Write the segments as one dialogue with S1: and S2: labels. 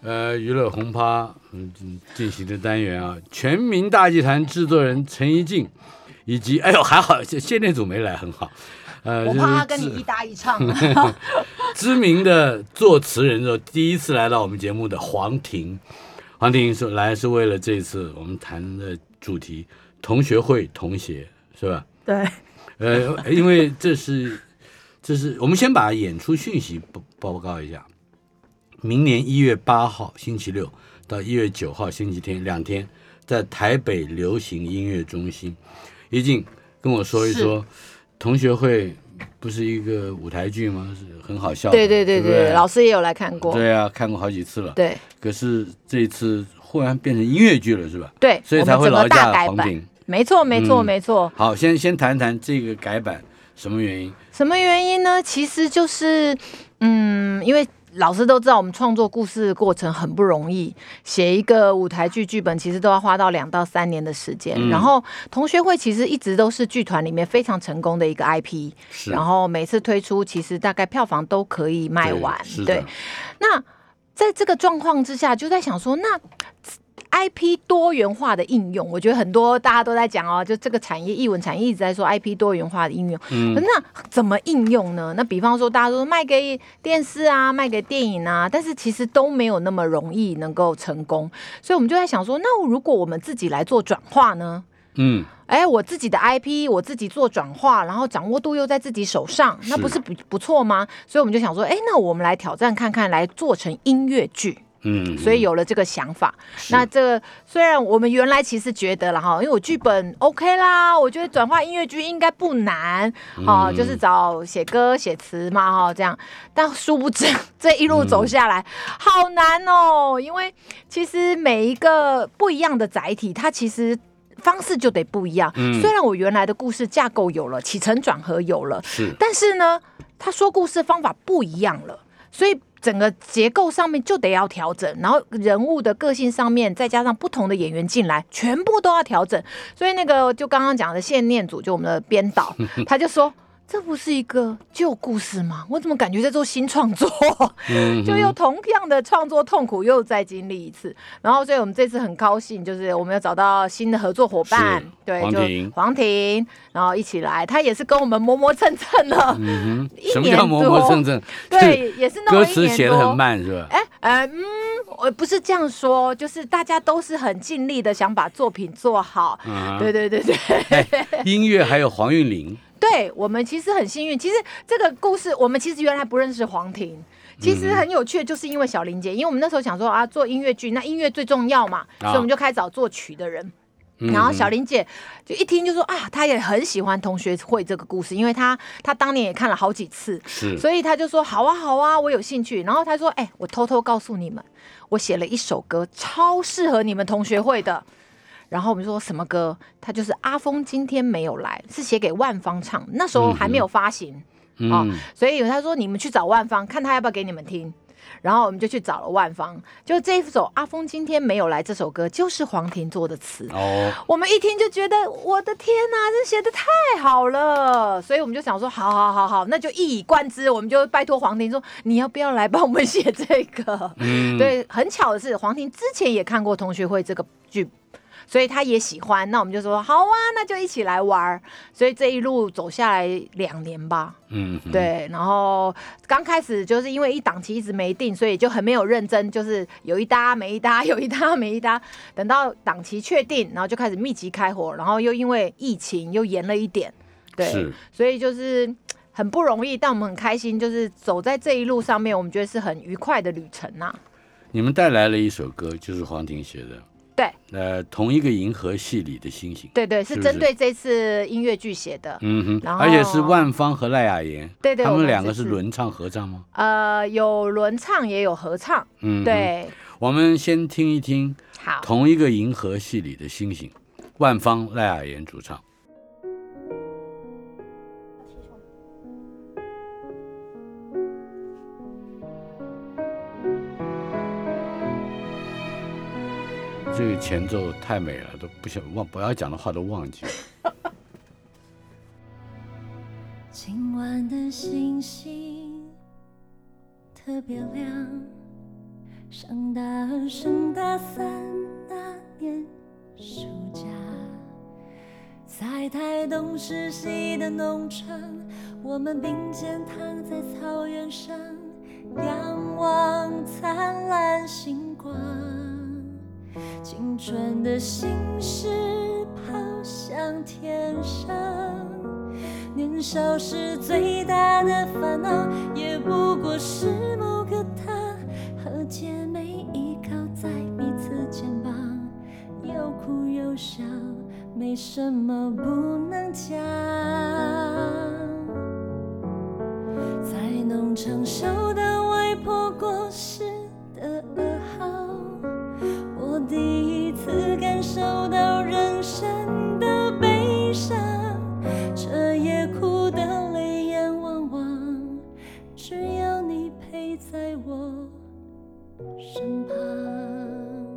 S1: 呃娱乐轰趴嗯嗯进行的单元啊，全民大祭坛制作人陈怡静，以及哎呦还好谢谢念祖没来，很好，呃，
S2: 我
S1: 就
S2: 怕
S1: 是
S2: 他跟你一
S1: 知
S2: 搭一唱。啊
S1: 知名的作词人，就第一次来到我们节目的黄婷，黄婷是来是为了这次我们谈的主题同学会同学是吧？
S3: 对，
S1: 呃，因为这是这是我们先把演出讯息报报告一下。明年一月八号星期六到一月九号星期天两天，在台北流行音乐中心，一静跟我说一说，同学会不是一个舞台剧吗？是很好笑的，
S3: 对对
S1: 对
S3: 对
S1: 不
S3: 对，老师也有来看过。
S1: 对啊，看过好几次了。
S3: 对
S1: 可是这一次忽然变成音乐剧了，是吧？
S3: 对，
S1: 所以
S3: 我
S1: 才
S3: 们
S1: 会
S3: 整
S1: 劳
S3: 个大
S1: 驾
S3: 改
S1: 黄
S3: 版。
S1: 庭。
S3: 没错，没错，
S1: 嗯
S3: 没错。
S1: 好，先先谈谈这个改版什么原因？
S3: 什么原因呢？其实就是，嗯，因为老师都知道，我们创作故事的过程很不容易，写一个舞台剧剧本其实都要花到两到三年的时间。
S1: 嗯
S3: 然后同学会其实一直都是剧团里面非常成功的一个 IP，
S1: 是
S3: 然后每次推出其实大概票房都可以卖
S1: 对
S3: 完。
S1: 是
S3: 对
S1: 的，，
S3: 那在这个状况之下，就在想说，那 IP 多元化的应用，我觉得很多大家都在讲哦，就这个产业，译文产业一直在说 IP 多元化的应用。
S1: 嗯
S3: 那怎么应用呢？那比方说，大家说卖给电视啊，卖给电影啊，但是其实都没有那么容易能够成功，所以我们就在想说，那如果我们自己来做转化呢？
S1: 嗯，
S3: 哎，我自己的 IP，我自己做转化，然后掌握度又在自己手上，那不
S1: 是
S3: 是不不错吗？所以我们就想说，哎，那我们来挑战看看，来做成音乐剧。
S1: 嗯，
S3: 所以有了这个想法。那这个虽然我们原来其实觉得了哈，因为我剧本 OK 啦，我觉得转化音乐剧应该不难
S1: 嗯
S3: 哦、就是找写歌写词嘛哈、这样。但殊不知 这一路走下来、
S1: 嗯
S3: 好难哦，因为其实每一个不一样的载体，它其实。方式就得不一样。
S1: 嗯
S3: 虽然我原来的故事架构有了，起承转合有了，
S1: 是
S3: 但是呢，他说故事方法不一样了，所以整个结构上面就得要调整，然后人物的个性上面，再加上不同的演员进来，全部都要调整。所以那个就刚刚讲的谢念祖，就我们的编 导，
S1: 嗯
S3: 他就说。这不是一个旧故事吗？我怎么感觉在做新 创作？
S1: 嗯
S3: 就又同样的创作痛苦又再经历一次，然后所以我们这次很高兴，就是我们有找到新的合作伙伴
S1: 是，
S3: 对，
S1: 黄
S3: 就
S1: 婷
S3: 黄婷，然后一起来，他也是跟我们磨磨蹭蹭了，
S1: 嗯哼
S3: 一
S1: 什么叫
S3: 年
S1: 磨磨
S3: 多
S1: 蹭蹭？
S3: 对，也是
S1: 是，
S3: 弄
S1: 歌
S3: 了一
S1: 词
S3: 年
S1: 写
S3: 多。
S1: 的很慢是吧？
S3: 哎，呃，嗯，我不是这样说，哦就是大家都是很尽力的想把作品做好。
S1: 嗯
S3: 哎对
S1: 哼，
S3: 对对对，
S1: 音乐还有黄韵玲，
S3: 对我们其实很幸运。其实这个故事，我们其实原来不认识黄婷。其
S1: 嗯
S3: 实很有趣的，就是因为小林姐，因为我们那时候想说啊，做音乐剧，那音乐最重要嘛，所以我们就开始找作曲的人。
S1: 啊嗯
S3: 然后小
S1: 哼
S3: 林姐就一听就说啊，她也很喜欢同学会这个故事，因为她她当年也看了好几次，
S1: 是，
S3: 所以他就说好啊好啊，我有兴趣。然后他说，哎、我偷偷告诉你们，我写了一首歌，超适合你们同学会的。然后我们说什么歌？他就是阿峰今天没有来，是写给万芳唱，那时候还没有发行啊、
S1: 嗯
S3: 所以他说你们去找万芳，看他要不要给你们听。然后我们就去找了万芳，就这一首《阿峰今天没有来》这首歌，就是黄婷做的词。
S1: 哦，
S3: 我们一听就觉得，我的天呐，这写的太好了，所以我们就想说，好好好好，那就一以贯之，我们就拜托黄婷说，你要不要来帮我们写这个？
S1: 嗯，
S3: 对，很巧的是，黄婷之前也看过同学会这个剧。所以她也喜欢，那我们就说好啊，那就一起来玩儿。所以这一路走下来两年吧，
S1: 嗯，嗯，
S3: 对，然后刚开始就是因为一档期一直没定，所以就很没有认真，就是有一搭没一搭，有一搭没一搭。等到档期确定，然后就开始密集开火，然后又因为疫情又延了一点，对
S1: 是，
S3: 所以就是嗯很不容易，但我们很开心，就是走在这一路上面，我们觉得是很愉快的旅程啊呐、
S1: 你们带来了一首歌，就是黄婷写的，
S3: 对，
S1: 呃，同一个银河系里的星星，
S3: 对对，
S1: 是
S3: 是
S1: 不
S3: 针
S1: 是
S3: 对这次音乐剧写的。
S1: 嗯哼，
S3: 然
S1: 而且是
S3: 后
S1: 万芳和赖雅妍，
S3: 对对
S1: 他
S3: 我
S1: 们
S3: 们
S1: 两
S3: 这
S1: 个是
S3: 次
S1: 轮唱合唱吗？
S3: 呃，有轮唱也有合唱，
S1: 嗯，，
S3: 对，
S1: 我们先听一听
S3: 好。
S1: 同一个银河系里的星星，万芳、赖雅妍主唱。前奏太美了，都不想忘，不要讲的话都忘记了。
S2: 今晚的星星特别亮，上大二升大三那年暑假，在台东实习的农场，我们并肩躺在草原上，仰望灿烂星光，青春的心事抛向天上。年少时最大的烦恼，也不过是某个他和姐妹依靠在彼此肩膀，又哭又笑，没什么不能讲。在农场收到外婆过世的噩耗，我第一次感受到人生的悲伤。彻夜哭得泪眼汪汪，只有你陪在我身旁。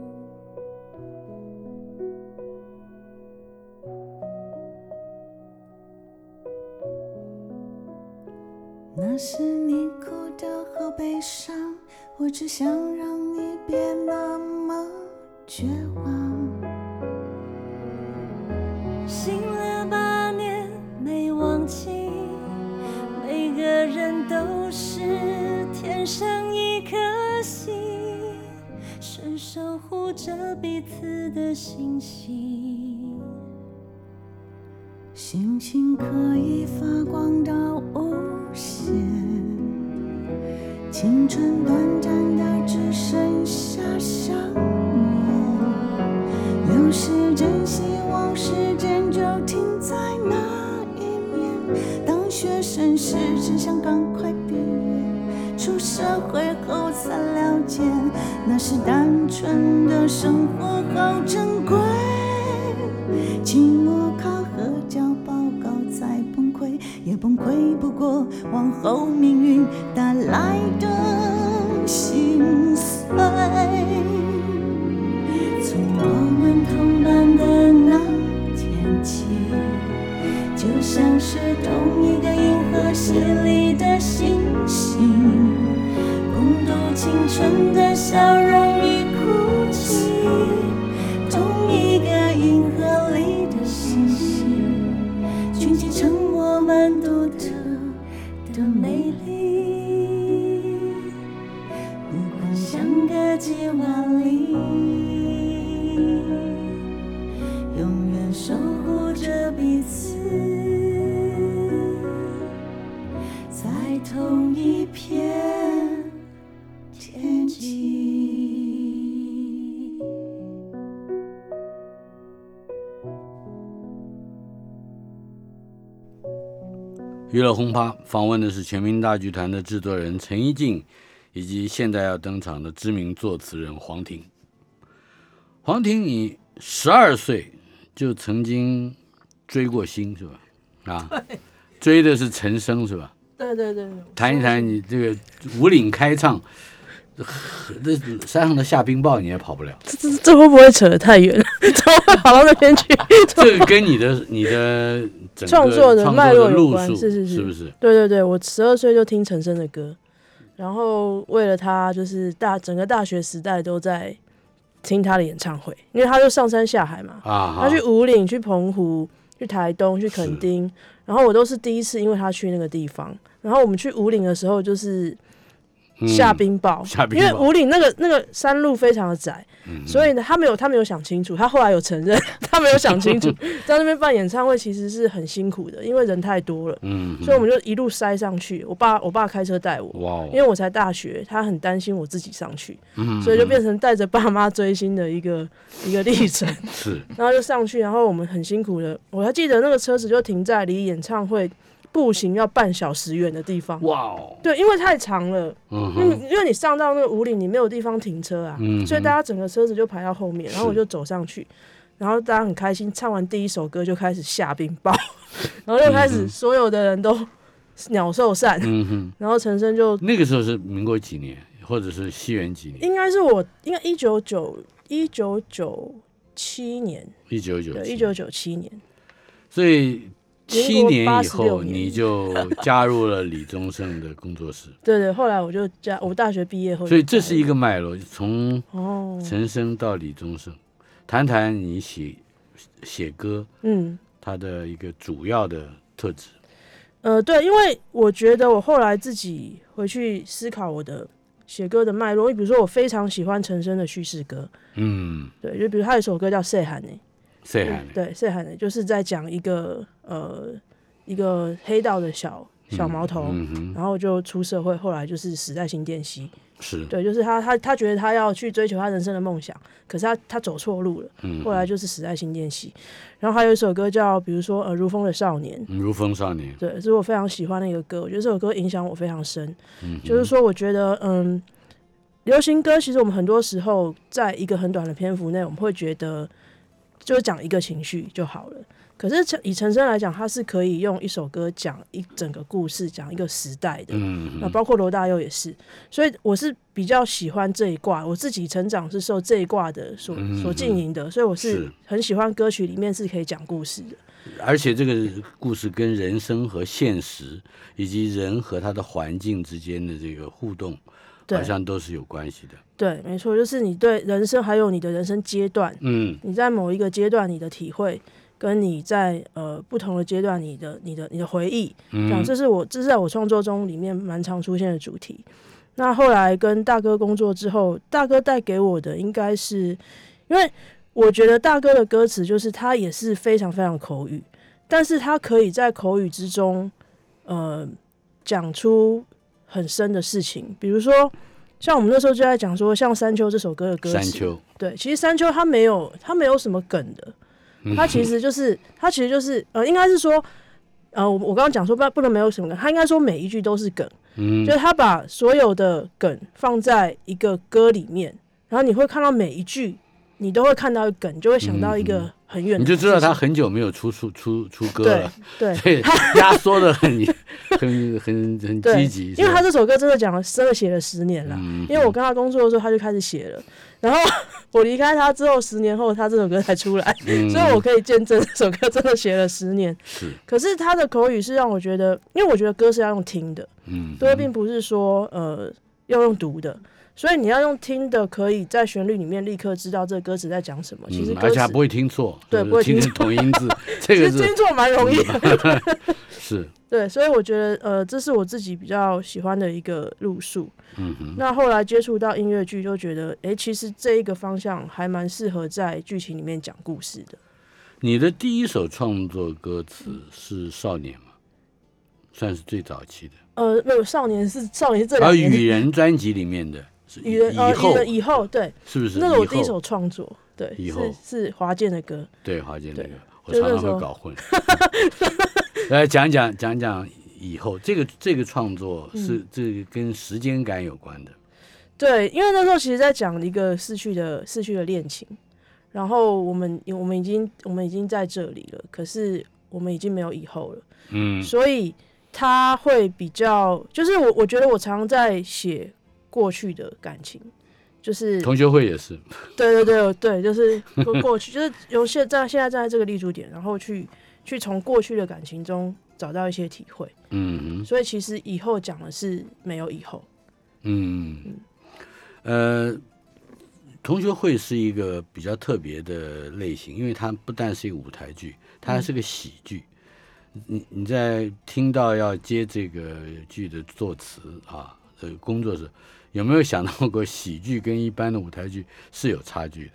S4: 那时你哭得好悲伤，我只想让你别那么绝望。
S2: 醒了八年没忘记，每个人都是天上一颗星，是守护着彼此的星星。
S4: 星星可以发光到无限，青春短暂的只剩下想念。有时真希望时间就停在那一年。当学生时只想赶快毕业，出社会后才了解，那时单纯的生活好珍贵。期末考核交报告再崩溃，也崩溃不过往后命运带来的心碎。
S2: 从我们同班的那天起，就像是同一个银河系里的星星，共度青春的笑容与哭泣，同一个银河里的星星，群集成我们独特的美丽。不管相隔几万里，永远守护着彼此，在同一片天际。
S1: 娱乐轰趴访问的是全民大剧团的制作人陈一静，以及现在要登场的知名作词人黄婷。黄婷，你十二岁就曾经追过星是吧？啊，追的是陈升是吧？
S5: 对对对，对
S1: 谈一谈你这个五岭开唱，这山上的下冰雹你也跑不 了，
S5: 这这这会不会扯得太远了？ 怎么会跑到那边去？
S1: 这个跟你的你的整个
S5: 创作的
S1: 创
S5: 脉络有
S1: 路
S5: 关
S1: 数
S5: 是是是
S1: 不是？
S5: 对对对，我十二岁就听陈升的歌，然后为了他，就是大整个大学时代都在听他的演唱会，因为他就上山下海嘛，
S1: 啊哈
S5: 他去五岭、去澎湖、去台东、去
S1: 是
S5: 垦丁，然后我都是第一次，因为他去那个地方。然后我们去五岭的时候，就是
S1: 嗯
S5: 下冰雹，
S1: 下冰
S5: 因为
S1: 雹嗯
S5: 五岭那个那个山路非常的窄，所以呢，他没有他没有想清楚，他后来有承认 他没有想 清楚，在那边办演唱会其实是很辛苦的，因为人太多了，
S1: 嗯，
S5: 所以我们就一路塞上去。我爸我爸开车带我，
S1: 哇哦，
S5: 因为我才大学，他很担心我自己上去，
S1: 嗯
S5: 所以就变成带着爸妈追星的一个 一个历程。
S1: 是
S5: 然后就上去，然后我们很辛苦的，我还记得那个车子就停在离演唱会步行要半小时远的地方。
S1: 哇哦，
S5: 对，因为太长了，
S1: 嗯
S5: 因为
S1: 哼，
S5: 因为你上到那个五岭，你没有地方停车啊，
S1: 嗯哼
S5: 所以大家整个车子就排到后面，然后我
S1: 是
S5: 就走上去，然后大家很开心，唱完第一首歌就开始下冰雹， 然后就开始所有的人都鸟兽散，
S1: 嗯哼，
S5: 然后陈升就
S1: 那个时候是民国几年，或者是西元几年？
S5: 应该是我应该一九九一九九七年，
S1: 一九九
S5: 对，
S1: 七，
S5: 一九九七年，
S1: 所以七
S5: 民国
S1: 年以
S5: 86
S1: 后，
S5: 年
S1: 你就 加入了李宗盛的工作室，
S5: 对对。后来我就加，我大学毕业后就加入，
S1: 所以这是一个脉络，从
S5: 哦，
S1: 陈升到李宗盛，谈谈你写写歌
S5: 嗯，
S1: 它的一个主要的特质。
S5: 呃，对，因为我觉得我后来自己回去思考我的写歌的脉络，因为比如说我非常喜欢陈升的叙事歌，
S1: 嗯，
S5: 对，就比如他有一首歌叫《谁喊你》，
S1: 谁喊的？
S5: 对，谁喊你就是在讲一个呃一个黑道的小小毛头，
S1: 嗯哼，
S5: 然后就出社会，后来就是死在新店溪，
S1: 是，
S5: 对，就是他他他觉得他要去追求他人生的梦想，可是他他走错路了，
S1: 嗯，
S5: 后来就是死在新店溪，然后还有一首歌叫比如说呃如风的少年，
S1: 嗯如风少年，
S5: 对，是我非常喜欢的一个歌，我觉得这首歌影响我非常深。
S1: 嗯
S5: 就是说，我觉得，嗯，流行歌其实我们很多时候在一个很短的篇幅内，我们会觉得就是讲一个情绪就好了。可是陈以陈升来讲，他是可以用一首歌讲一整个故事，讲一个时代的。
S1: 嗯
S5: 那
S1: 哼，
S5: 包括罗大佑也是，所以我是比较喜欢这一挂，我自己成长是受这一挂的所
S1: 嗯
S5: 所
S1: 嗯
S5: 经营的，所以我是
S1: 是
S5: 很喜欢歌曲里面是可以讲故事的。
S1: 而且这个故事跟人生和现实，以及人和他的环境之间的这个互动，
S5: 对
S1: 好像都是有关系的。
S5: 对，没错，就是你对人生还有你的人生阶段，
S1: 嗯，
S5: 你在某一个阶段你的体会，跟你在呃不同的阶段你的你的你的回忆，这样，
S1: 嗯，
S5: 这是我这是在我创作中里面蛮常出现的主题。那后来跟大哥工作之后，大哥带给我的应该是，因为我觉得大哥的歌词就是他也是非常非常口语，但是他可以在口语之中，呃，讲出很深的事情，比如说。像我们那时候就在讲说，像《山丘》这首歌的歌词，
S1: 山丘，
S5: 对，其实山丘它没有它没有什么梗的，
S1: 嗯
S5: 它其实就是它其实就是呃，应该是说呃，我我刚刚讲说不不能没有什么梗，它应该说每一句都是梗，
S1: 嗯
S5: 就是他把所有的梗放在一个歌里面，然后你会看到每一句，你都会看到梗，你就会想到一个很远
S1: 嗯你
S5: 的事情，
S1: 就知道他很久没有出出出出歌
S5: 对
S1: 了，
S5: 对。
S1: 所以压缩的很 很很很
S5: 对，
S1: 积极，
S5: 因为
S1: 是
S5: 他
S1: 吧
S5: 这首歌真的讲了，真的写了十年了。
S1: 嗯
S5: 因为我跟他工作的时候，他就开始写了，然后 我离开他之后，十年后他这首歌才出来，所以我可以见证这首歌真的写了十年。
S1: 嗯是
S5: 可是他的口语是让我觉得，因为我觉得歌是要用听的，
S1: 嗯
S5: 歌并不是说呃要用读的，所以你要用听的，可以在旋律里面立刻知道这歌词在讲什么。其实
S1: 嗯，
S5: 歌
S1: 而且还
S5: 词
S1: 不会听错，
S5: 对
S1: 是
S5: 不会听
S1: 成同音 字，这
S5: 其
S1: 个
S5: 实听
S1: 是
S5: 错蛮容易的，
S1: 是
S5: 对，所以我觉得呃这是我自己比较喜欢的一个路数。
S1: 嗯哼
S5: 那后来接触到音乐剧，就觉得诶，其实这一个方向还蛮适合在剧情里面讲故事的。
S1: 你的第一首创作歌词是《少年》嘛，算是最早期的，
S5: 呃，没有少年是少年是这
S1: 而《
S5: 两年
S1: 雨人》专辑里面的是
S5: 与人呃
S1: 啊以后
S5: 与人以后对，
S1: 是不是？
S5: 那是我
S1: 以
S5: 第一
S1: 后
S5: 首创作，对，
S1: 以后
S5: 是是华健的歌。
S1: 对华健那个，我
S5: 就
S1: 常
S5: 那
S1: 常
S5: 时候
S1: 会搞混。 来讲讲讲讲以后这个这个创作是、
S5: 嗯
S1: 这个跟时间感有关的，
S5: 对，因为那时候其实在讲一个逝去的逝去的恋情，然后我们我们已经我们已经在这里了，可是我们已经没有以后了，
S1: 嗯
S5: 所以他会比较，就是我我觉得我常常在写过去的感情，就是
S1: 同学会也是，
S5: 对对对对，就是过过去，就是由现在现在站在这个立足点，然后去去从过去的感情中找到一些体会，
S1: 嗯哼
S5: 所以其实以后讲的是没有以后，
S1: 嗯，呃，同学会是一个比较特别的类型，因为它不但是一个舞台剧，它还是个喜剧。你你在听到要接这个剧的作词啊，这个工作时，有没有想到过喜剧跟一般的舞台剧是有差距的？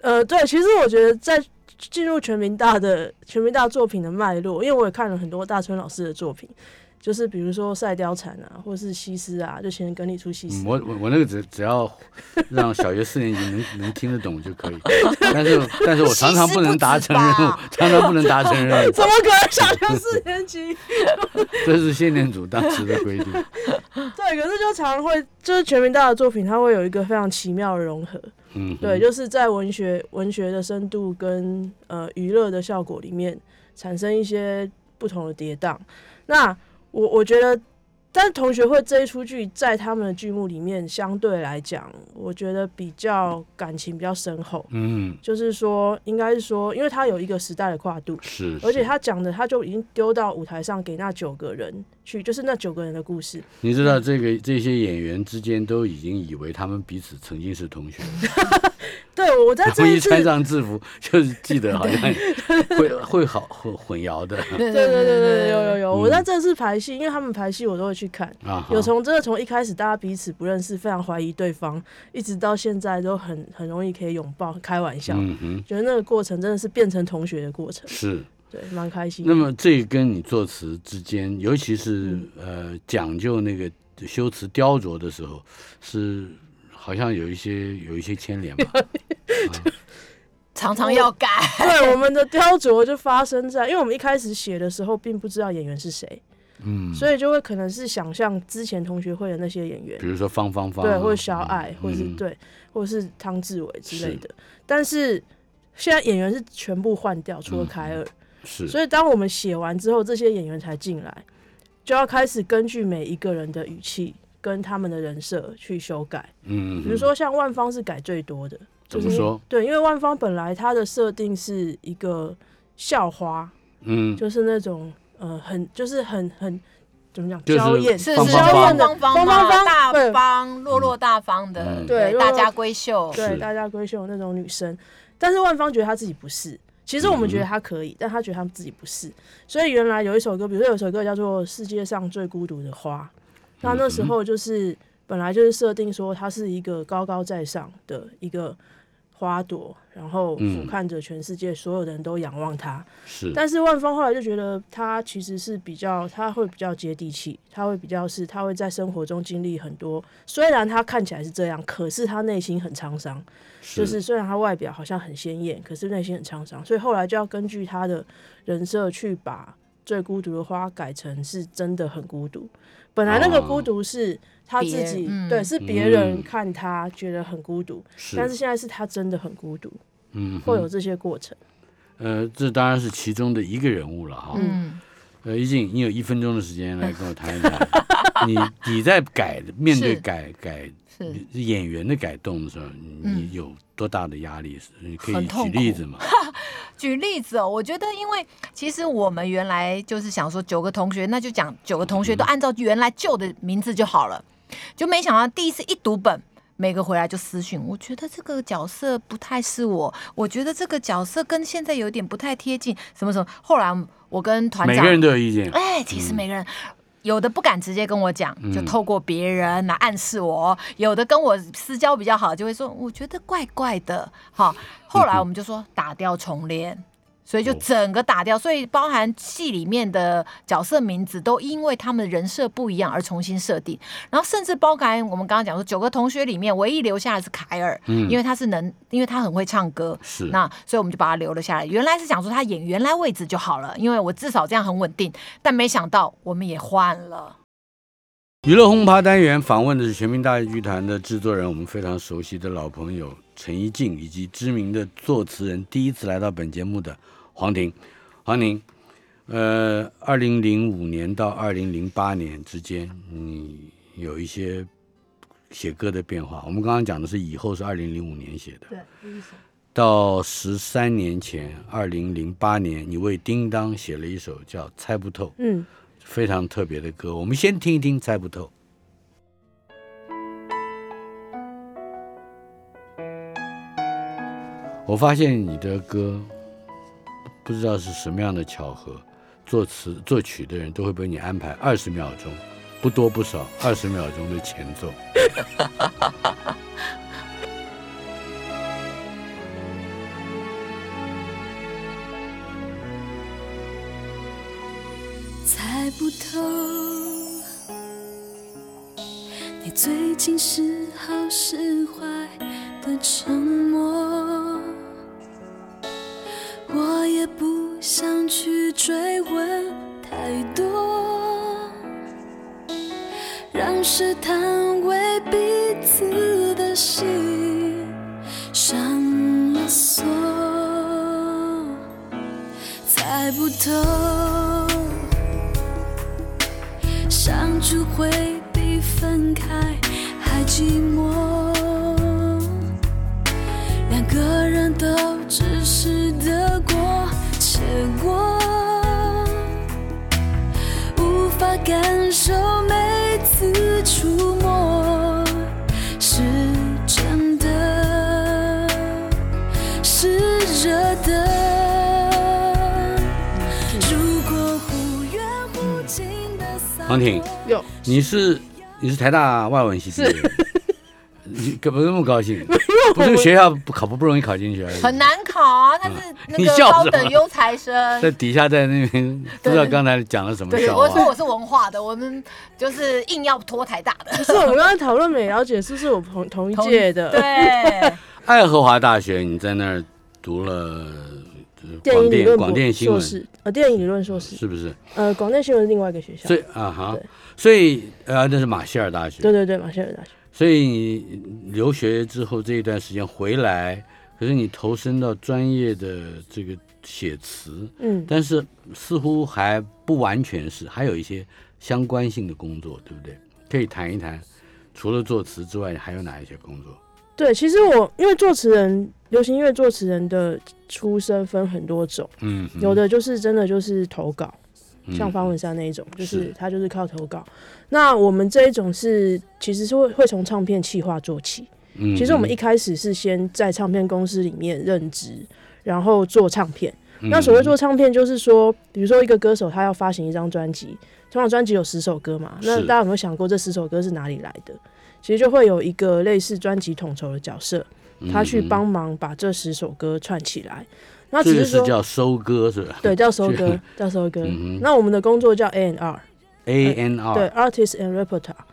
S5: 呃，对，其实我觉得在进入全民大的全民大作品的脉络，因为我也看了很多大川老师的作品，就是比如说《赛貂蝉》啊，或是《西施》啊，就前跟你出西
S1: 嗯、。
S5: 施
S1: 我我我那个只只要让小学四年级能能听得懂就可以， 但是但是我常常不能达成任务，常常不能达成任务，
S5: 怎么可能小学四年级？
S1: 这是训练组当时的规定。
S5: 对，可是就常常会，就是全民大的作品，它会有一个非常奇妙的融合。
S1: 嗯，
S5: 对，就是在文学文学的深度跟呃娱乐的效果里面，产生一些不同的跌宕。那我我觉得但是同学会这一出剧在他们的剧目里面，相对来讲，我觉得比较感情比较深厚。
S1: 嗯，
S5: 就是说，应该是说，因为它有一个时代的跨度，
S1: 是，
S5: 而且
S1: 是
S5: 他讲的他就已经丢到舞台上给那九个人去，就是那九个人的故事。
S1: 你知道这个这些演员之间都已经以为他们彼此曾经是同 学，
S5: 对，我在
S1: 然
S5: 这
S1: 后一
S5: 一次，
S1: 穿上制服就是记得好像会会好混混淆的
S3: 对
S5: 对对对对，有有有，
S1: 嗯
S5: 我在这次排戏，因为他们排戏我都会去看。
S1: 啊哈，
S5: 有从真的从一开始大家彼此不认识，非常怀疑对方，一直到现在都很很容易可以拥抱、开玩笑，
S1: 嗯哼，
S5: 觉得那个过程真的是变成同学的过程，
S1: 是。
S5: 对，蛮开心的
S1: 那。么这跟你作词之间，尤其是
S5: 嗯
S1: 呃讲究那个修辞雕琢的时候，是好像有一些有一些牵连吧？
S3: 常常要改，
S5: 对，我们的雕琢就发生在，因为我们一开始写的时候并不知道演员是谁，
S1: 嗯，
S5: 所以就会可能是想象之前同学会的那些演员
S1: 比，如说方方方啊，
S5: 对，或者小爱，或者是
S1: 嗯
S5: 对，或者是汤志伟之类的。但是现在演员是全部换掉，除
S1: 嗯
S5: 了凯尔，
S1: 是，
S5: 所以当我们写完之后，这些演员才进来，就要开始根据每一个人的语气跟他们的人设去修改。
S1: 嗯，哦
S5: 比如说像万芳是改最多的，
S1: 怎
S5: 就是
S1: 么说？
S5: 对，因为万芳本来她的设定是一个校花，
S1: 嗯，
S5: 就是那种呃很就是很很怎么讲
S1: 就是
S5: 娇艳，
S3: 是
S1: 方
S3: 是
S1: 方
S5: 娇
S1: 方
S3: 方
S5: 艳的
S3: 方方
S5: 方
S3: 嘛
S5: 方
S3: 大
S5: 对
S3: 方落落大方的
S1: 嗯，
S5: 对
S3: 大家闺秀，
S5: 对
S1: 是
S5: 大家闺秀那种女生，但是万芳觉得她自己不是。其实我们
S1: 嗯
S5: 觉得她可以，但她觉得她自己不是。所以原来有一首歌，比如说有一首歌叫做《世界上最孤独的花》，那那
S1: 嗯
S5: 时候就是本来就是设定说她是一个高高在上的一个花朵，然后俯
S1: 嗯
S5: 瞰着全世界，所有的人都仰望她。
S1: 是，
S5: 但是万芳后来就觉得她其实是比较，她会比较接地气，她会比较是，她会在生活中经历很多。虽然她看起来是这样，可是她内心很沧桑。就是虽然她外表好像很鲜艳，可是内心很沧桑。所以后来就要根据她的人设去把最孤独的花改成是真的很孤独。本来那个
S1: 哦
S5: 孤独是她自己，
S3: 别人嗯
S5: 对，是别人
S1: 嗯
S5: 看她觉得很孤独，
S1: 是，
S5: 但是现在是她真的很孤独，
S1: 嗯哼，
S5: 会有这些过程。
S1: 呃，这当然是其中的一个人物了哈。
S3: 嗯，
S1: 呃，一静，你有一分钟的时间来跟我谈一 谈，你你在改面对
S3: 是
S1: 改改
S3: 是。
S1: 演员的改动的时候，你
S3: 嗯
S1: 你有多大的压力？你可
S3: 很
S1: 以举
S3: 痛
S1: 例
S3: 苦
S1: 子吗？
S3: 举例子哦，我觉得因为其实我们原来就是想说九个同学，那就讲九个同学
S1: 嗯
S3: 都按照原来旧的名字就好了，就没想到第一次一读本。每个回来就私讯，我觉得这个角色不太是我，我觉得这个角色跟现在有点不太贴近，什么什么。后来我跟团
S1: 每
S3: 长
S1: 个，人都有意见，
S3: 哎、其实每个人、有的不敢直接跟我讲，就
S1: 嗯
S3: 透过别人来暗示我；有的跟我私交比较好，就会说我觉得怪怪的。哈，后来我们就说打掉重练。所以就
S1: 哦
S3: 整个打掉，所以包含戏里面的角色名字都因为他们人设不一样而重新设定，然后甚至包含我们刚刚讲说九个同学里面唯一留下的是凯尔，
S1: 嗯
S3: 因为他是能，因为他很会唱歌，
S1: 是
S3: 那所以我们就把他留了下来。原来是想说他演原来位置就好了，因为我至少这样很稳定。但没想到我们也换了，
S1: 娱乐轰趴单元访问的是全民大剧团的制作人，我们非常熟悉的老朋友陈怡静，以及知名的作词人，第一次来到本节目的黄婷。黄婷，呃，二零零五年到二零零八年之间，你有一些写歌的变化。我们刚刚讲的是以后是二零零五年写的，
S3: 对，
S1: 到十三年前，二零零八年，你为叮当写了一首叫《猜不透》。
S5: 嗯。
S1: 非常特别的歌，我们先听一听，猜不透。我发现你的歌，不知道是什么样的巧合，作词作曲的人都会被你安排二十秒钟，不多不少，二十秒钟的前奏。
S4: 猜不透，你最近是好是坏的沉默，我也不想去追问太多，让试探为彼此的心上了锁，猜不透。相
S2: 就会被分开，还寂寞。两个人都只是得过且过，无法感受每次触摸是真的，是热的。如果忽远忽近的散
S1: 王婷
S2: 落
S6: 有
S1: 你是你是台大外文系毕业的，你干嘛那么高兴？不是学校不考不不容易考进去而已，
S3: 很难考啊，他是 那
S1: 你
S3: 个
S1: 笑
S3: 高
S1: 什
S3: 等
S1: 么
S3: 优才生。
S1: 在底下在那边不知道
S3: 对
S1: 刚才讲了什么
S3: 对，
S1: 笑啊
S3: 我说
S1: 话。
S3: 我是文化的，我们就是硬要拖台大 的。
S5: 不 是我们刚刚讨论美了解，是不是我同同一届的？
S3: 对，
S1: 爱荷华大学，你在那儿读了呃
S5: 电
S1: 广
S5: 影理
S1: 电
S5: 论
S1: 广电新
S5: 硕
S1: 闻，
S5: 士，呃，电影理论硕士，
S1: 是不是？
S5: 呃，广电新闻是另外一个学校
S1: 所。以啊哈
S5: 对，
S1: 所以呃那是马歇尔大学，
S5: 对对对，马歇尔大学。
S1: 所以你留学之后这一段时间回来，可是你投身到专业的这个写词，
S5: 嗯，
S1: 但是似乎还不完全是，还有一些相关性的工作，对不对？可以谈一谈，除了作词之外，还有哪一些工作？
S5: 对，其实我因为作词人，流行音乐作词人的出身分很多种，
S1: 嗯，嗯
S5: 有的就是真的就是投稿，
S1: 嗯
S5: 像方文山那一种，就是是他就是靠投稿。那我们这一种是其实是会会从唱片企划做起。
S1: 嗯
S5: 其实我们一开始是先在唱片公司里面任职，然后做唱片。
S1: 嗯
S5: 那所谓做唱片，就是说，比如说一个歌手他要发行一张专辑，通常专辑有十首歌嘛，那
S1: 是
S5: 大家有没有想过这十首歌是哪里来的？其实就会有一个类似专辑统筹的角色，
S1: 嗯
S5: 他去帮忙把这十首歌串起来。那
S1: 这
S5: 只
S1: 个
S5: 是
S1: 是
S5: 说，
S1: 叫收割是吧？
S5: 对，叫收
S1: 是
S5: 歌，叫收歌
S1: 嗯哼。
S5: 那我们的工作叫 A N R，
S1: ，A N R，嗯
S5: 对，artist and repertoire。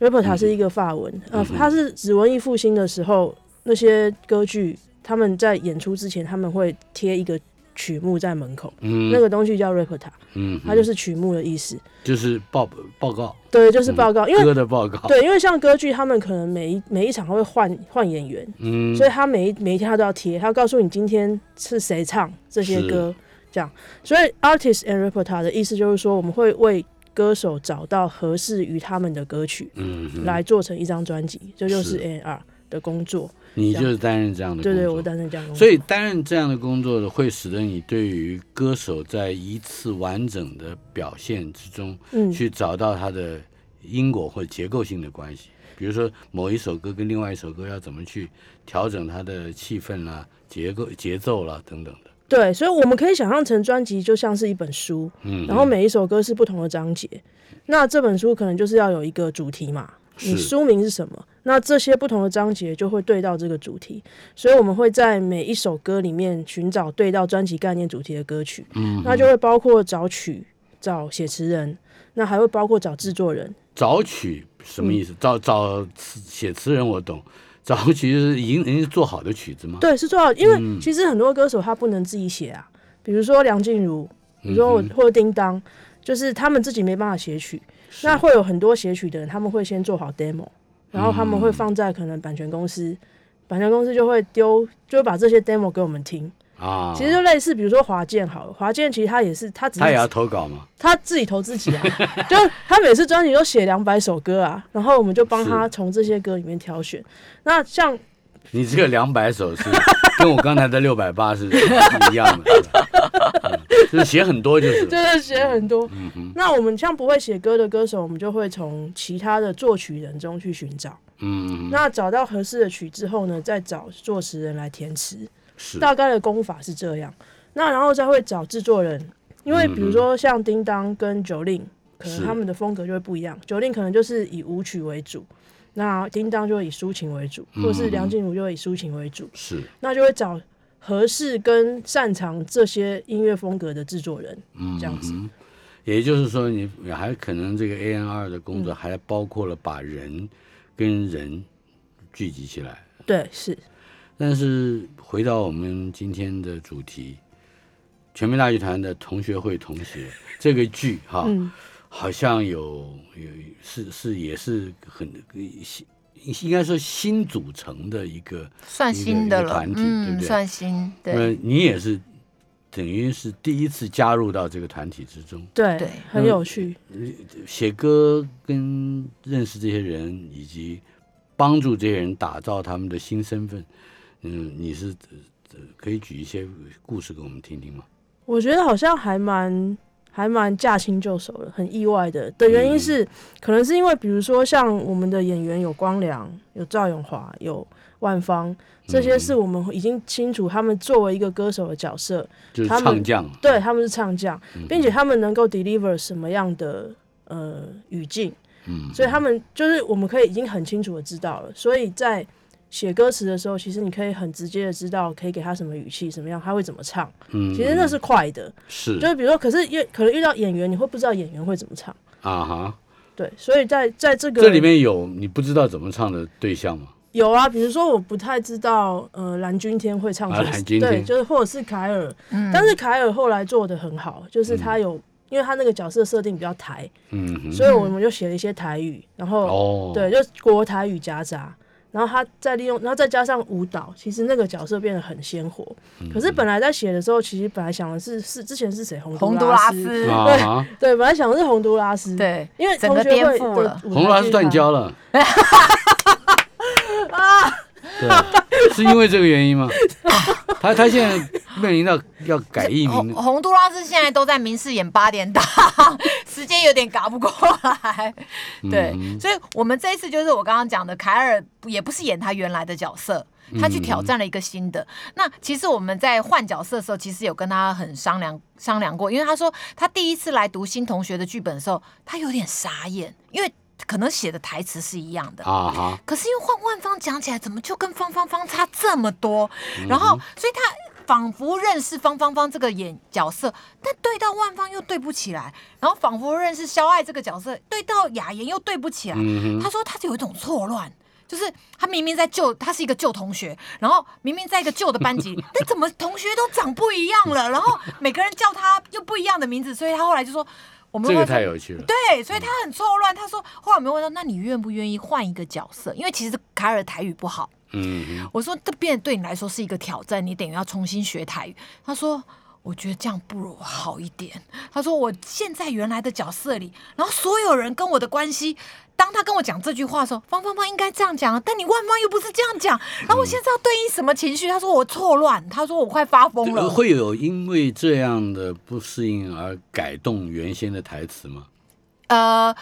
S5: repertoire 是一个法文，呃，它是指文艺复兴的时候，那些歌剧他们在演出之前，他们会贴一个曲目在门口，
S1: 嗯，
S5: 那个东西叫 repertoire，
S1: 嗯，
S5: 它就是曲目的意思。
S1: 就是报报告，
S5: 对，就是报告，因为
S1: 嗯歌的报告，
S5: 对，因为像歌剧，他们可能每一每一场会换换演员，
S1: 嗯，
S5: 所以他每一每一天他都要贴，他告诉你今天是谁唱这些歌，这样。所以 artist and repertoire 的意思就是说，我们会为歌手找到合适于他们的歌曲。
S1: 嗯，嗯
S5: 来做成一张专辑，这就是是 N R 的工作。
S1: 你就是担任这样的工作，
S5: 对对，我担任这样的工
S1: 嗯
S5: 作。
S1: 所以担任这样的工作的，会使得你对于歌手在一次完整的表现之中，
S5: 嗯
S1: 去找到它的因果或结构性的关系。比如说某一首歌跟另外一首歌要怎么去调整它的气氛啦、结构、节奏啦等等的。
S5: 对，所以我们可以想象成专辑就像是一本书，
S1: 嗯，
S5: 然后每一首歌是不同的章节。那这本书可能就是要有一个主题嘛，你
S1: 是
S5: 书名是什么？那这些不同的章节就会对到这个主题，所以我们会在每一首歌里面寻找对到专辑概念主题的歌曲。嗯，那就会包括找曲、找写词人，那还会包括找制作人。
S1: 找曲什么意
S5: 嗯
S1: 思？找找词写词人我懂，找曲就是已经已经做好的曲子吗？
S5: 对，是最好，因
S1: 嗯
S5: 为其实很多歌手他不能自己写啊，比如说梁静茹，比
S1: 嗯
S5: 如说我或者叮当，就是他们自己没办法写曲，那会有很多写曲的人，他们会先做好 demo，然后他们会放在可能版权公司，版权公司就会丢，就会把这些 demo 给我们听。
S1: 啊，
S5: 其实就类似，比如说华健好了，华健其实他也是他只
S1: 他也要
S5: 是
S1: 投稿嘛。
S5: 他自己投自己啊， 就他每次专辑都写两百首歌啊，然后我们就帮他
S1: 是
S5: 从这些歌里面挑选。那像
S1: 你这个两百首是 跟我刚才的六百八是一样的，嗯就是写很多就是了。
S5: 真的写很多。
S1: 嗯
S5: 那我们像不会写歌的歌手，我们就会从其他的作曲人中去寻找。
S1: 嗯，
S5: 那找到合适的曲之后呢，再找作词人来填词。
S1: 是
S5: 大概的功法是这样。那然后再会找制作人，因为比如说像叮当跟九令，可
S1: 嗯
S5: 能
S1: 是
S5: 他们的风格就会不一样。九令可能就是以舞曲为主。那叮当就会以抒情为主，或者是梁静茹就会以抒情为主，
S1: 是，
S5: 那就会找合适跟擅长这些音乐风格的制作人，
S1: 嗯
S5: 这样子。
S1: 也就是说你还可能这个 A N R 的工作还包括了把人跟人聚集起来。
S5: 对，是。
S1: 但是回到我们今天的主题，全民大剧团的同学会同学这个剧哈，
S5: 嗯
S1: 好像有有是是也是很新，应该说新组成的一个
S3: 算
S1: 一个
S3: 新的
S1: 一个
S3: 了
S1: 团，体对不
S3: 嗯，
S1: 对
S3: 算新，对，
S1: 呃，你也是等于是第一次加入到这个团体之中。
S5: 对，
S3: 对
S5: 很有趣。
S1: 写歌跟认识这些人，以及帮助这些人打造他们的新身份，嗯，你是、呃可以举一些故事给我们听听吗？
S5: 我觉得好像还蛮还蛮驾轻就熟的，很意外的。的原因是，可能是因为比如说像我们的演员有光良、有赵咏华、有万芳，这些是我们已经清楚他们作为一个歌手的角色，
S1: 就是
S5: 他们
S1: 唱将，
S5: 对他们是唱将，
S1: 嗯
S5: 并且他们能够 deliver 什么样的呃语境，
S1: 嗯，
S5: 所以他们就是我们可以已经很清楚的知道了。所以在写歌词的时候，其实你可以很直接的知道可以给他什么语气，什么样他会怎么唱。
S1: 嗯，
S5: 其实那是快的，
S1: 是
S5: 就是比如说，可是遇可能遇到演员，你会不知道演员会怎么唱，
S1: 啊哈，
S5: 对，所以在在这个
S1: 这里面有你不知道怎么唱的对象吗？
S5: 有啊，比如说我不太知道，呃，蓝钧天会唱
S1: 啊
S5: 什么
S1: 蓝钧
S5: 对，
S1: 天
S5: 就是或者是凯尔，
S3: 嗯
S5: 但是凯尔后来做的很好，就是他有，因为他那个角色设定比较台，
S1: 嗯哼，
S5: 所以我们就写了一些台语，然后、
S1: 哦，
S5: 对，，就国台语夹杂。然后他再利用，然后再加上舞蹈，其实那个角色变得很鲜活。
S1: 嗯
S5: 可是本来在写的时候，其实本来想的是是之前是谁洪
S3: 洪
S5: 都
S3: 都拉
S5: 斯，
S3: 斯，
S1: 啊哈，
S5: 对，本来想的是洪都拉斯，
S3: 对，
S5: 因为
S3: 整
S5: 同
S3: 个
S5: 学
S3: 颠
S5: 会
S3: 覆
S5: 的
S3: 了。
S5: 舞
S1: 红
S5: 台
S1: 罗还
S5: 剧
S1: 是断
S5: 嘛
S1: 交了。对，是因为这个原因吗？他他现在面临到要改艺
S3: 洪
S1: 名，
S3: 洪都拉斯现在都在民视演八点档， 时间有点赶不过来。
S1: 嗯
S3: 对，所以我们这一次就是我刚刚讲的，凯尔也不是演他原来的角色。
S1: 嗯
S3: 他去挑战了一个新的。那其实我们在换角色的时候，其实有跟他很商量商量过，因为他说他第一次来读新同学的剧本的时候，他有点傻眼，因为可能写的台词是一样的，
S1: 啊哈，
S3: 可是因为换万芳讲起来，怎么就跟方芳芳差这么多？
S1: 嗯
S3: 然后，所以他仿佛认识方芳芳这个演角色，但对到万芳又对不起来，然后仿佛认识肖爱这个角色，对到雅妍又对不起来。
S1: 嗯哼，
S3: 他说他有一种错乱。就是他明明在旧，他是一个旧同学，然后明明在一个旧的 班级，但怎么同学都长不一样了，然后每个人叫他又不一样的名字，所以他后来就说，我们
S1: 这个
S3: 换成
S1: 太有趣了。
S3: 对，所以他很错乱。他说，后来我们问他，那你愿不愿意换一个角色？因为其实凯尔台语不好。
S1: 嗯
S3: 我说，这变对你来说是一个挑战，你等于要重新学台语。他说。我觉得这样不如我好一点。他说我现在原来的角色里，然后所有人跟我的关系，当他跟我讲这句话的时候，方方方应该这样讲啊，但你万方又不是这样讲。然后我现在要对应什么情绪？他说我错乱，他说我快发疯
S1: 哼，
S3: 了。
S1: 会有因为这样的不适应而改动原先的台词吗？
S3: 呃，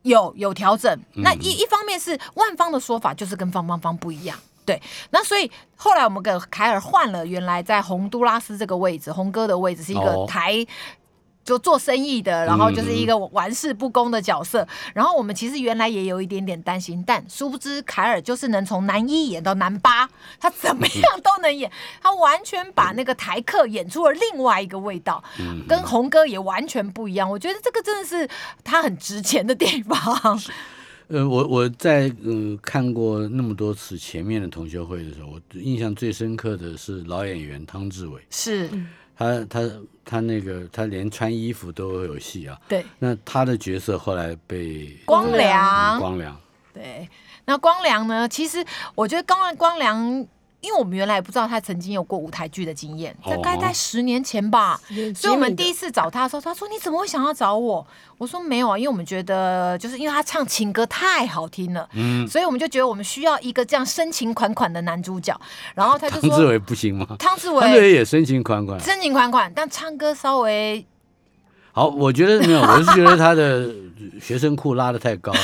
S3: 有有调整。那一一方面是万方的说法就是跟方方方不一样。对，那所以后来我们给凯尔换了原来在洪都拉斯这个位置，洪哥的位置是一
S1: 哦
S3: 个台，就做生意的，然后就是一个玩世不恭的角色。然后我们其实原来也有一点点担心，但殊不知凯尔就是能从男一演到男八，他怎么样都能演，他完全把那个台客演出了另外一个味道，
S1: 嗯
S3: 跟红哥也完全不一样。我觉得这个真的是他很值钱的地方。
S1: 呃，我我在嗯看过那么多次前面的同学会的时候，我印象最深刻的是老演员汤志伟，
S3: 是，
S1: 他他他那个他连穿衣服都有戏啊。
S3: 对，
S1: 那他的角色后来被
S3: 光
S1: 嗯
S3: 良，
S1: 光良，
S3: 对，那光良呢？其实我觉得光光良。因为我们原来也不知道他曾经有过舞台剧的经验，
S1: 哦
S3: 大概在十年前吧。
S5: 嗯
S3: 所以我们
S5: 经
S3: 第
S5: 理
S3: 一次找他的时候，他说：“你怎么会想要找我？”我说：“没有啊，因为我们觉得，就是因为他唱情歌太好听了，
S1: 嗯，
S3: 所以我们就觉得我们需要一个这样深情款款的男主角。”然后他就
S1: 汤志
S3: 说
S1: 伟不行吗：“？
S3: 汤志
S1: 汤志
S3: 伟
S1: 伟也深情款款。
S3: 深情款款，但唱歌稍微
S1: 好，我觉得没有，我是觉得他的学生裤拉得太高了。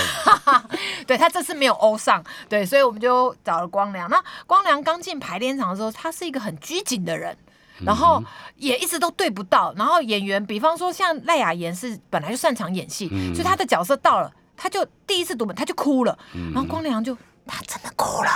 S3: 对他这次没有欧上，对，所以我们就找了光良。那光良刚进排练场的时候，他是一个很拘谨的人。然后也一直都对不到，然后演员，比方说像赖雅妍是本来就擅长演戏，所以他的角色到了，他就第一次读本他就哭了，然后光良就他真的哭了，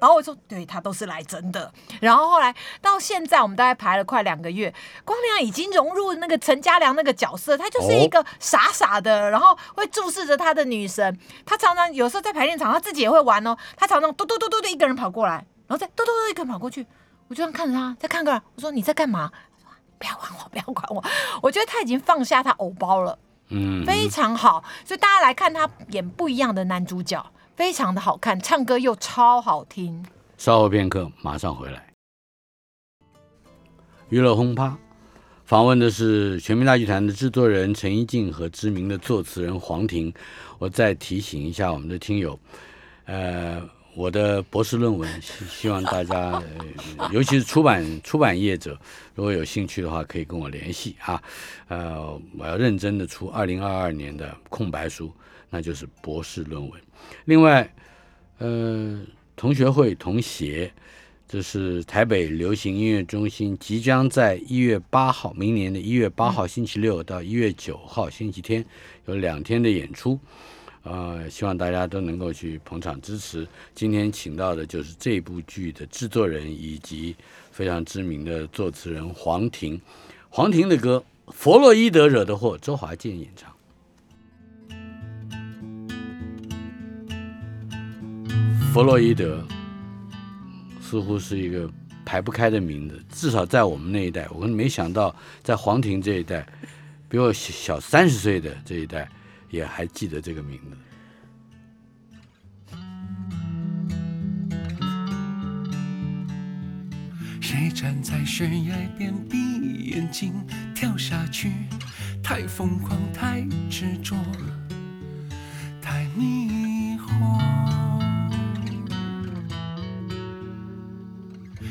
S3: 然后我说对他都是来真的，然后后来到现在我们大概排了快两个月，光良已经融入那个陈家良那个角色，他就是一个傻傻的，然后会注视着他的女神，他常常有时候在排练场，他自己也会玩哦。他常常嘟嘟嘟嘟的一个人跑过来，然后再嘟嘟嘟一个人跑过去。我就这样看着他，再看个人，我说你在干嘛？他说啊不要管我，不要管我。 我觉得他已经放下他偶包了，
S1: 嗯，
S3: 非常好。所以大家来看他演不一样的男主角，非常的好看，唱歌又超好听。
S1: 稍后片刻，马上回来。娱乐轰趴。访问的是全民大剧团的制作人陈一静和知名的作词人黄婷。我再提醒一下我们的听友，呃，我的博士论文，希希望大家，呃、 尤其是出版出版业者，如果有兴趣的话，可以跟我联系啊。呃，我要认真的出二零二二年的空白书，那就是博士论文。另外，呃，同学会同协，这是台北流行音乐中心即将在一月八号，明年的一月八号星期六到一月九号星期天有两天的演出，呃，希望大家都能够去捧场支持。今天请到的就是这部剧的制作人以及非常知名的作词人黄婷，黄婷的歌《弗洛伊德惹的祸》，周华健演唱。弗洛伊德似乎是一个排不开的名字，至少在我们那一代，我们没想到在黄婷这一代，比我小三十岁的这一代也还记得这个名字。
S6: 谁站在悬崖边闭眼睛跳下去？太疯狂，太执着，太迷惑。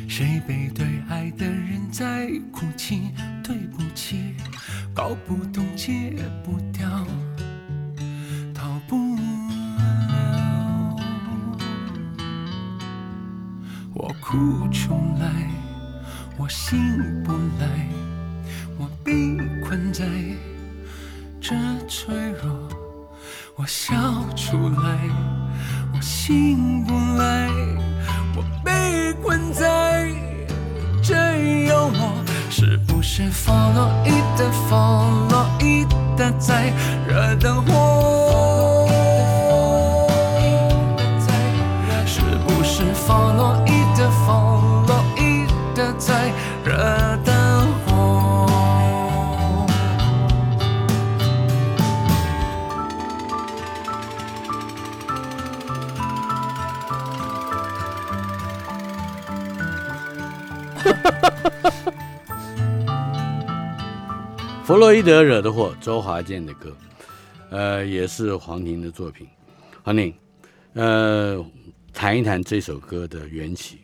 S6: 谁背对爱的人在哭泣？对不起，搞不懂，戒不掉，逃不了。我哭出来，我醒不来，我被困在这脆弱。我笑出来，我醒不来，我被困在这幽默。是不是弗洛伊德，弗洛伊德在惹的祸？是不是弗洛伊德，弗洛伊德在惹的祸？
S1: 弗洛伊德惹的祸，周华健的歌，呃，也是黄婷的作品。黄婷，呃，谈一谈这首歌的缘起，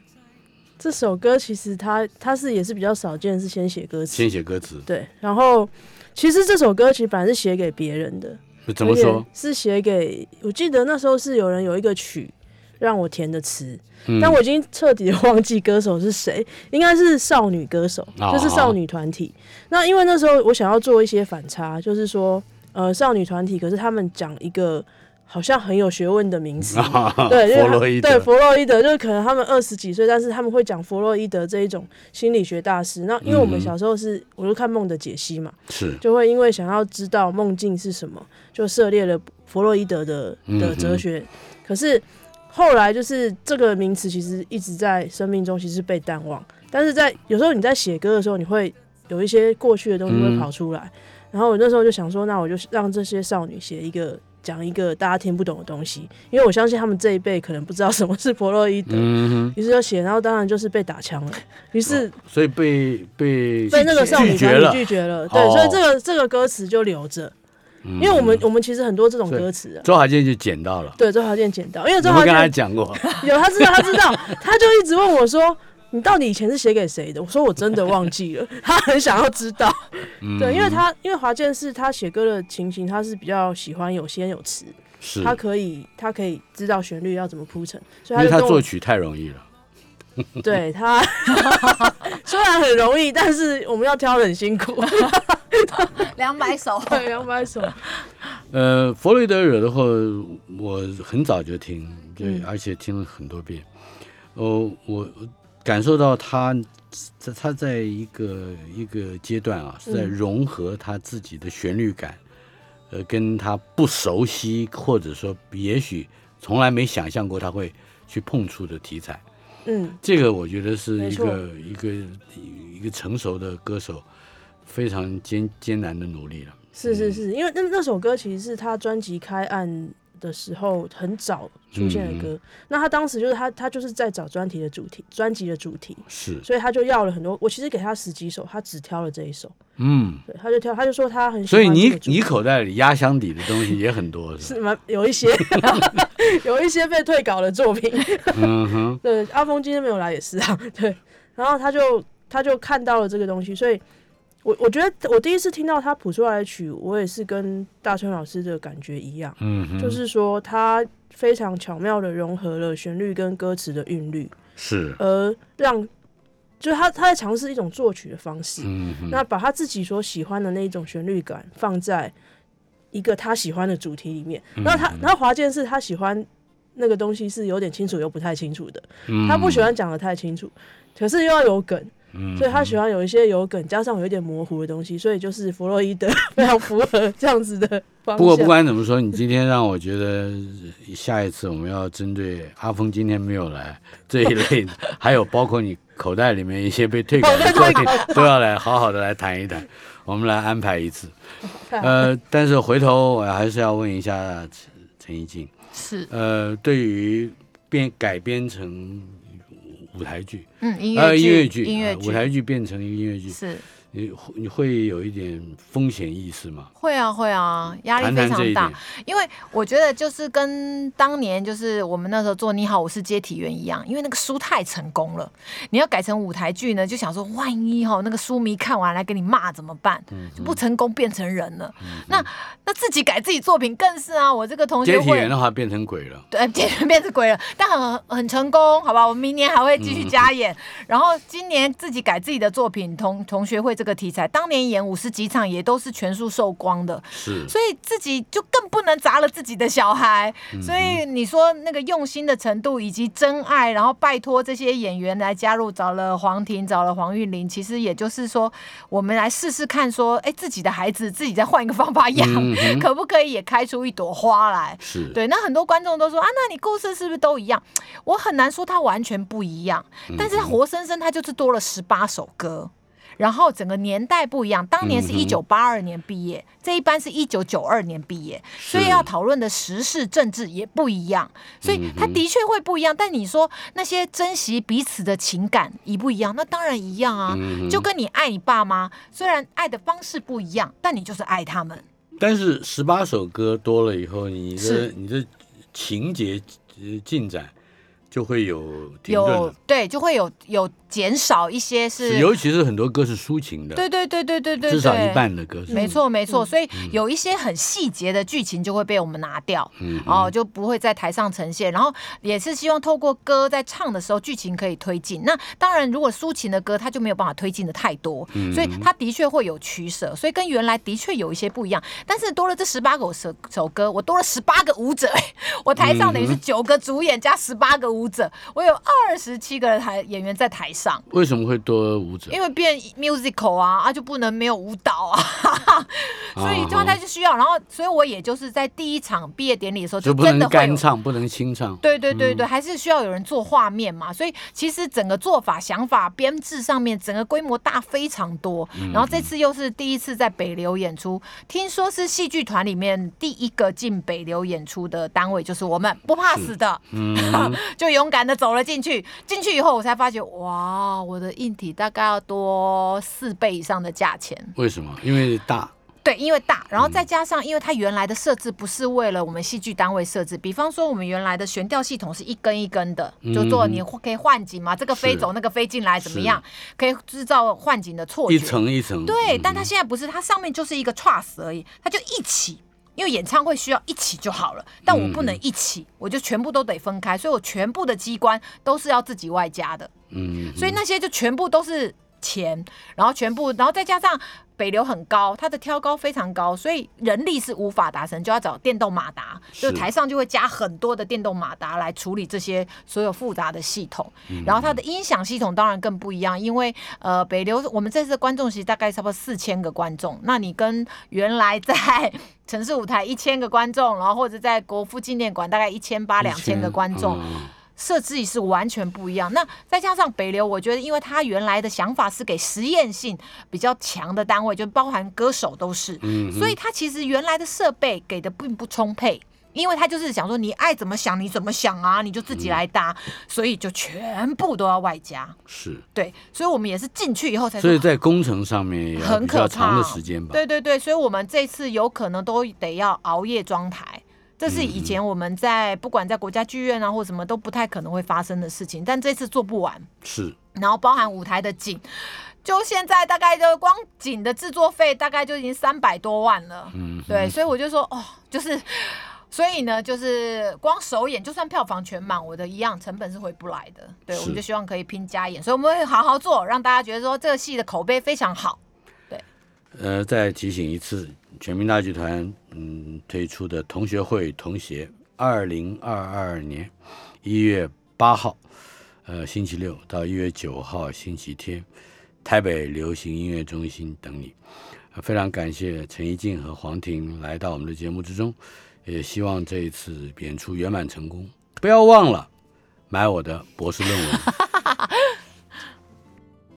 S5: 这首歌其实它它是也是比较少见，是先写歌词，
S1: 先写歌词，
S5: 对，然后其实这首歌其实本来是写给别人的，
S1: 怎么
S5: 而
S1: 说
S5: 且？是写给我记得那时候是有人有一个曲让我填的词，
S1: 嗯
S5: 但我已经彻底地忘记歌手是谁，应该是少女歌手，
S1: 哦
S5: 就是少女团体。那因为那时候我想要做一些反差，就是说呃少女团体，可是他们讲一个好像很有学问的名词，对，就是
S1: 啊弗
S5: 他
S1: 洛伊
S5: 对
S1: 德，
S5: 弗洛伊德，就是可能他们二十几岁，但是他们会讲弗洛伊德这一种心理学大师。那因为我们
S1: 嗯
S5: 小时候是，我就看梦的解析嘛，
S1: 是
S5: 就会因为想要知道梦境是什么，就涉猎了弗洛伊德的的
S1: 嗯
S5: 哲
S1: 哼
S5: 学。可是后来就是这个名词其实一直在生命中其实被淡忘，但是在有时候你在写歌的时候，你会有一些过去的东西会
S1: 嗯
S5: 跑出来。然后我那时候就想说，那我就让这些少女写一个。讲一个大家听不懂的东西，因为我相信他们这一辈可能不知道什么是弗洛伊德，
S1: 嗯
S5: 于是就写，然后当然就是被打枪了。于是
S1: 哼，所以被被
S5: 被那个少女
S1: 拒绝
S5: 团
S1: 了
S5: 体拒绝了，对，
S1: 哦
S5: 所以这个这个歌词就留着，
S1: 嗯
S5: 因为我们我们其实很多这种歌词啊。
S1: 周华健就捡到了。
S5: 对，周华健捡到，因为周
S1: 我
S5: 华
S1: 跟他
S5: 健
S1: 讲 过，
S5: 有他知道，他知道，他就一直问我说：“你到底以前是写给谁的？”我说：“我真的忘记了。”他很想要知道，
S1: 嗯
S5: 对，因为他因为华健是他写歌的情形，他是比较喜欢有先有词，
S1: 是
S5: 他可以他可以知道旋律要怎么铺陈，所
S1: 因为
S5: 以他就
S1: 他
S5: 跟
S1: 作
S5: 我
S1: 曲太容易了。
S5: 对 他 虽然很容易，但是我们要挑得很辛苦，
S3: 两百首，
S5: 对，两百首。
S1: 呃，弗洛伊德惹的祸，我很早就听，
S5: 嗯
S1: 对，而且听了很多遍。哦，我感受到他在他在一个一个阶段啊，是在
S5: 嗯
S1: 融合他自己的旋律感，呃，跟他不熟悉或者说也许从来没想象过他会去碰触的题材。
S5: 嗯，
S1: 这个我觉得是
S5: 没
S1: 一
S5: 错
S1: 个一个一个成熟的歌手非常艰艰难的努力了。
S5: 是是是，因为那那首歌其实是他专辑开案的时候很早出现
S1: 嗯
S5: 的歌。那他当时就是他他就是在找专题的主题，专辑的主题，
S1: 是，
S5: 所以他就要了很多。我其实给他十几首，他只挑了这一首，
S1: 嗯，
S5: 对，他就挑，他就说他很喜
S1: 所
S5: 欢
S1: 以
S5: 这
S1: 你
S5: 个主题
S1: 你口袋里压箱底的东西也很多，是吧
S5: 是蛮有一些 有一些被退稿的作品。
S1: 嗯哼，
S5: 对，阿峰今天没有来也是啊， 对。然后他就他就看到了这个东西，所以我我觉得我第一次听到他谱出来的曲，我也是跟大川老师的感觉一样，
S1: 嗯哼，
S5: 就是说他非常巧妙的融合了旋律跟歌词的韵律，
S1: 是，
S5: 而让就是他他在尝试一种作曲的方式，
S1: 嗯哼，
S5: 那把他自己所喜欢的那一种旋律感放在一个他喜欢的主题里面。
S1: 嗯
S5: 然后他，然后华健是他喜欢那个东西是有点清楚又不太清楚的，
S1: 嗯
S5: 他不喜欢讲的太清楚，可是又要有梗。
S1: 嗯
S5: 所以他喜欢有一些有梗，加上有一点模糊的东西，所以就是弗洛伊德 非常符合这样子的方向。
S1: 不过不管怎么说，你今天让我觉得下一次我们要针对阿峰今天没有来 这一类的，还有包括你口袋里面一些被退稿的作品，都要来好好的来谈一谈，我们来安排一 次。
S5: 太好
S1: 呃，但是回头我还是要问一下陈陈怡静，
S3: 是，
S1: 呃，对于变改编成舞台剧，
S3: 嗯，音
S1: 呃，
S3: 乐
S1: 音
S3: 剧，
S1: 乐剧，
S3: 音乐
S1: 呃舞台剧变成一个音乐剧，
S3: 是
S1: 你会你会有一点风险意识吗？
S3: 会啊会啊，压力
S1: 谈
S3: 非
S1: 谈这
S3: 常
S1: 一
S3: 大
S1: 点。，
S3: 因为我觉得就是跟当年就是我们那时候做《你好，我是接体员》一样，因为那个书太成功了，你要改成舞台剧呢，就想说万一哈、那个书迷看完来给你骂怎么办？
S1: 嗯
S3: 就不成功变成人了。那那自己改自己作品更是啊，我这个同学
S1: 接体
S3: 会
S1: 员的话变成鬼了。
S3: 对， 变成变成鬼了，但很很成功，好吧？我们明年还会继续
S1: 嗯
S3: 加演。然后今年自己改自己的作品，同同学会这个题材，当年演五十几场也都是全数售光的，
S1: 是，
S3: 所以自己就更不能砸了自己的小孩。
S1: 嗯
S3: 所以你说那个用心的程度以及真爱，然后拜托这些演员来加入，找了黄婷，找了黄韵玲，其实也就是说，我们来试试看说，哎，自己的孩子自己再换一个方法养，
S1: 嗯哼
S3: 可不可以也开出一朵花来？
S1: 是，
S3: 对，那很多观众都说啊，那你故事是不是都一样？我很难说它完全不一样，但是活生生它就是多了十八首歌。然后整个年代不一样，当年是一九八二年毕业，这一班是一九九二年毕业，所以要讨论的时事政治也不一样，所以它的确会不一样。但你说那些珍惜彼此的情感一不一样？那当然一样啊，就跟你爱你爸妈，虽然爱的方式不一样，但你就是爱他们。
S1: 但是十八首歌多了以后，你的
S3: 是
S1: 你的情节呃进展就会有停顿
S3: 有
S1: 了，
S3: 对，就会有有减少一些是，
S1: 是尤其是很多歌是抒情的，
S3: 对对对对对对，
S1: 至少
S3: 对
S1: 一。半的歌是，
S3: 没错，没错，所以有一些很细节的剧情就会被我们拿掉，
S1: 嗯哼
S3: 哦，就不会在台上呈现。然后也是希望透过歌在唱的时候，剧情可以推进。那当然，如果抒情的歌，它就没有办法推进的太多，
S1: 嗯
S3: 所以它的确会有取舍，所以跟原来的确有一些不一样。但是多了这十八首首首歌，我多了十八个舞者， 我台上
S1: 嗯
S3: 等于是九个主演加十八个舞者，我有二十七个台演员在台上。
S1: 为什么会多舞者？
S3: 因为变 musical 啊啊，就不能没有舞蹈啊， 所以
S1: 啊
S3: 状态就需要。然后，所以我也就是在第一场毕业典礼的时候，
S1: 就不
S3: 真
S1: 能
S3: 的会有
S1: 干。唱，不能清唱，
S3: 对对对对，还是需要有人做画面嘛，所以其实整个做法、想法、编制上面，整个规模大非常多。然后这次又是第一次在北流演出，听说是戏剧团里面第一个进北流演出的单位，就是我们不怕死的， 就勇敢的走了进去。进去以后，我才发觉，哇，我的硬体大概要多四倍以上的价钱。
S1: 为什么？因为大，
S3: 对，因为大，
S1: 嗯
S3: 然后再加上，因为它原来的设置不是为了我们戏剧单位设置，比方说我们原来的悬吊系统是一根一根的，就做你可以换景嘛，这个
S1: 嗯
S3: 飞
S1: 是
S3: 走那个飞进来怎么样，可以制造换景的错觉。
S1: 一层一层，
S3: 对，
S1: 嗯
S3: 但它现在不是，它上面就是一个 truss 而已，它就一起。因为演唱会需要一起就好了，但我
S1: 嗯
S3: 不能一起，我就全部都得分开，所以我全部的机关都是要自己外加的。
S1: 嗯，
S3: 所以那些就全部都是钱，然后全部，然后再加上北流很高，它的挑高非常高，所以人力是无法达成，就要找电动马达，就是台上就会加很多的电动马达来处理这些所有复杂的系统。然后它的音响系统当然更不一样，因为呃北流我们这次的观众席大概差不多四千个观众，那你跟原来在 城市舞台一千个观众，然后或者在国父纪念馆大概一千八两千个观众，
S1: 嗯
S3: 设置是完全不一样。那再加上北流，我觉得因为他原来的想法是给实验性比较强的
S1: 嗯
S3: 单位，就包含歌手都是，所以他其实原来的设备给的并不充沛。因为他就是想说你爱怎么想你怎么想啊，你就自
S1: 嗯
S3: 己来搭，所以就全部都要外加。
S1: 是，
S3: 对，所以我们也是进去以后才
S1: 所
S3: 说
S1: 以在工程上面也要
S3: 很
S1: 比
S3: 可
S1: 较
S3: 怕，
S1: 长的时间吧。
S3: 对对对，所以我们这次有可能都得要熬夜装台。这是
S1: 嗯
S3: 以前我们在不管在国家剧院啊或什么都不太可能会发生的事情，但这次做不完，
S1: 是，
S3: 然后包含舞台的景，就现在大概就光景的制作费大概就已经三百多万了，
S1: 嗯，
S3: 对，所以我就说哦，就是，所以呢，就是光首演就算票房全满，我的一样成本是回不来的，对，我
S1: 是
S3: 们就希望可以拼加演，所以我们会好好做，让大家觉得说这个戏的口碑非常好。
S1: 呃，再提醒一次，全民大剧团嗯推出的同学会同学，二零二二年一月八号，呃星期六到一月九号星期天，台北流行音乐中心等你。呃非常感谢陈怡静和黄婷来到我们的节目之中，也希望这一次演出圆满成功。不要忘了买我的博士论文，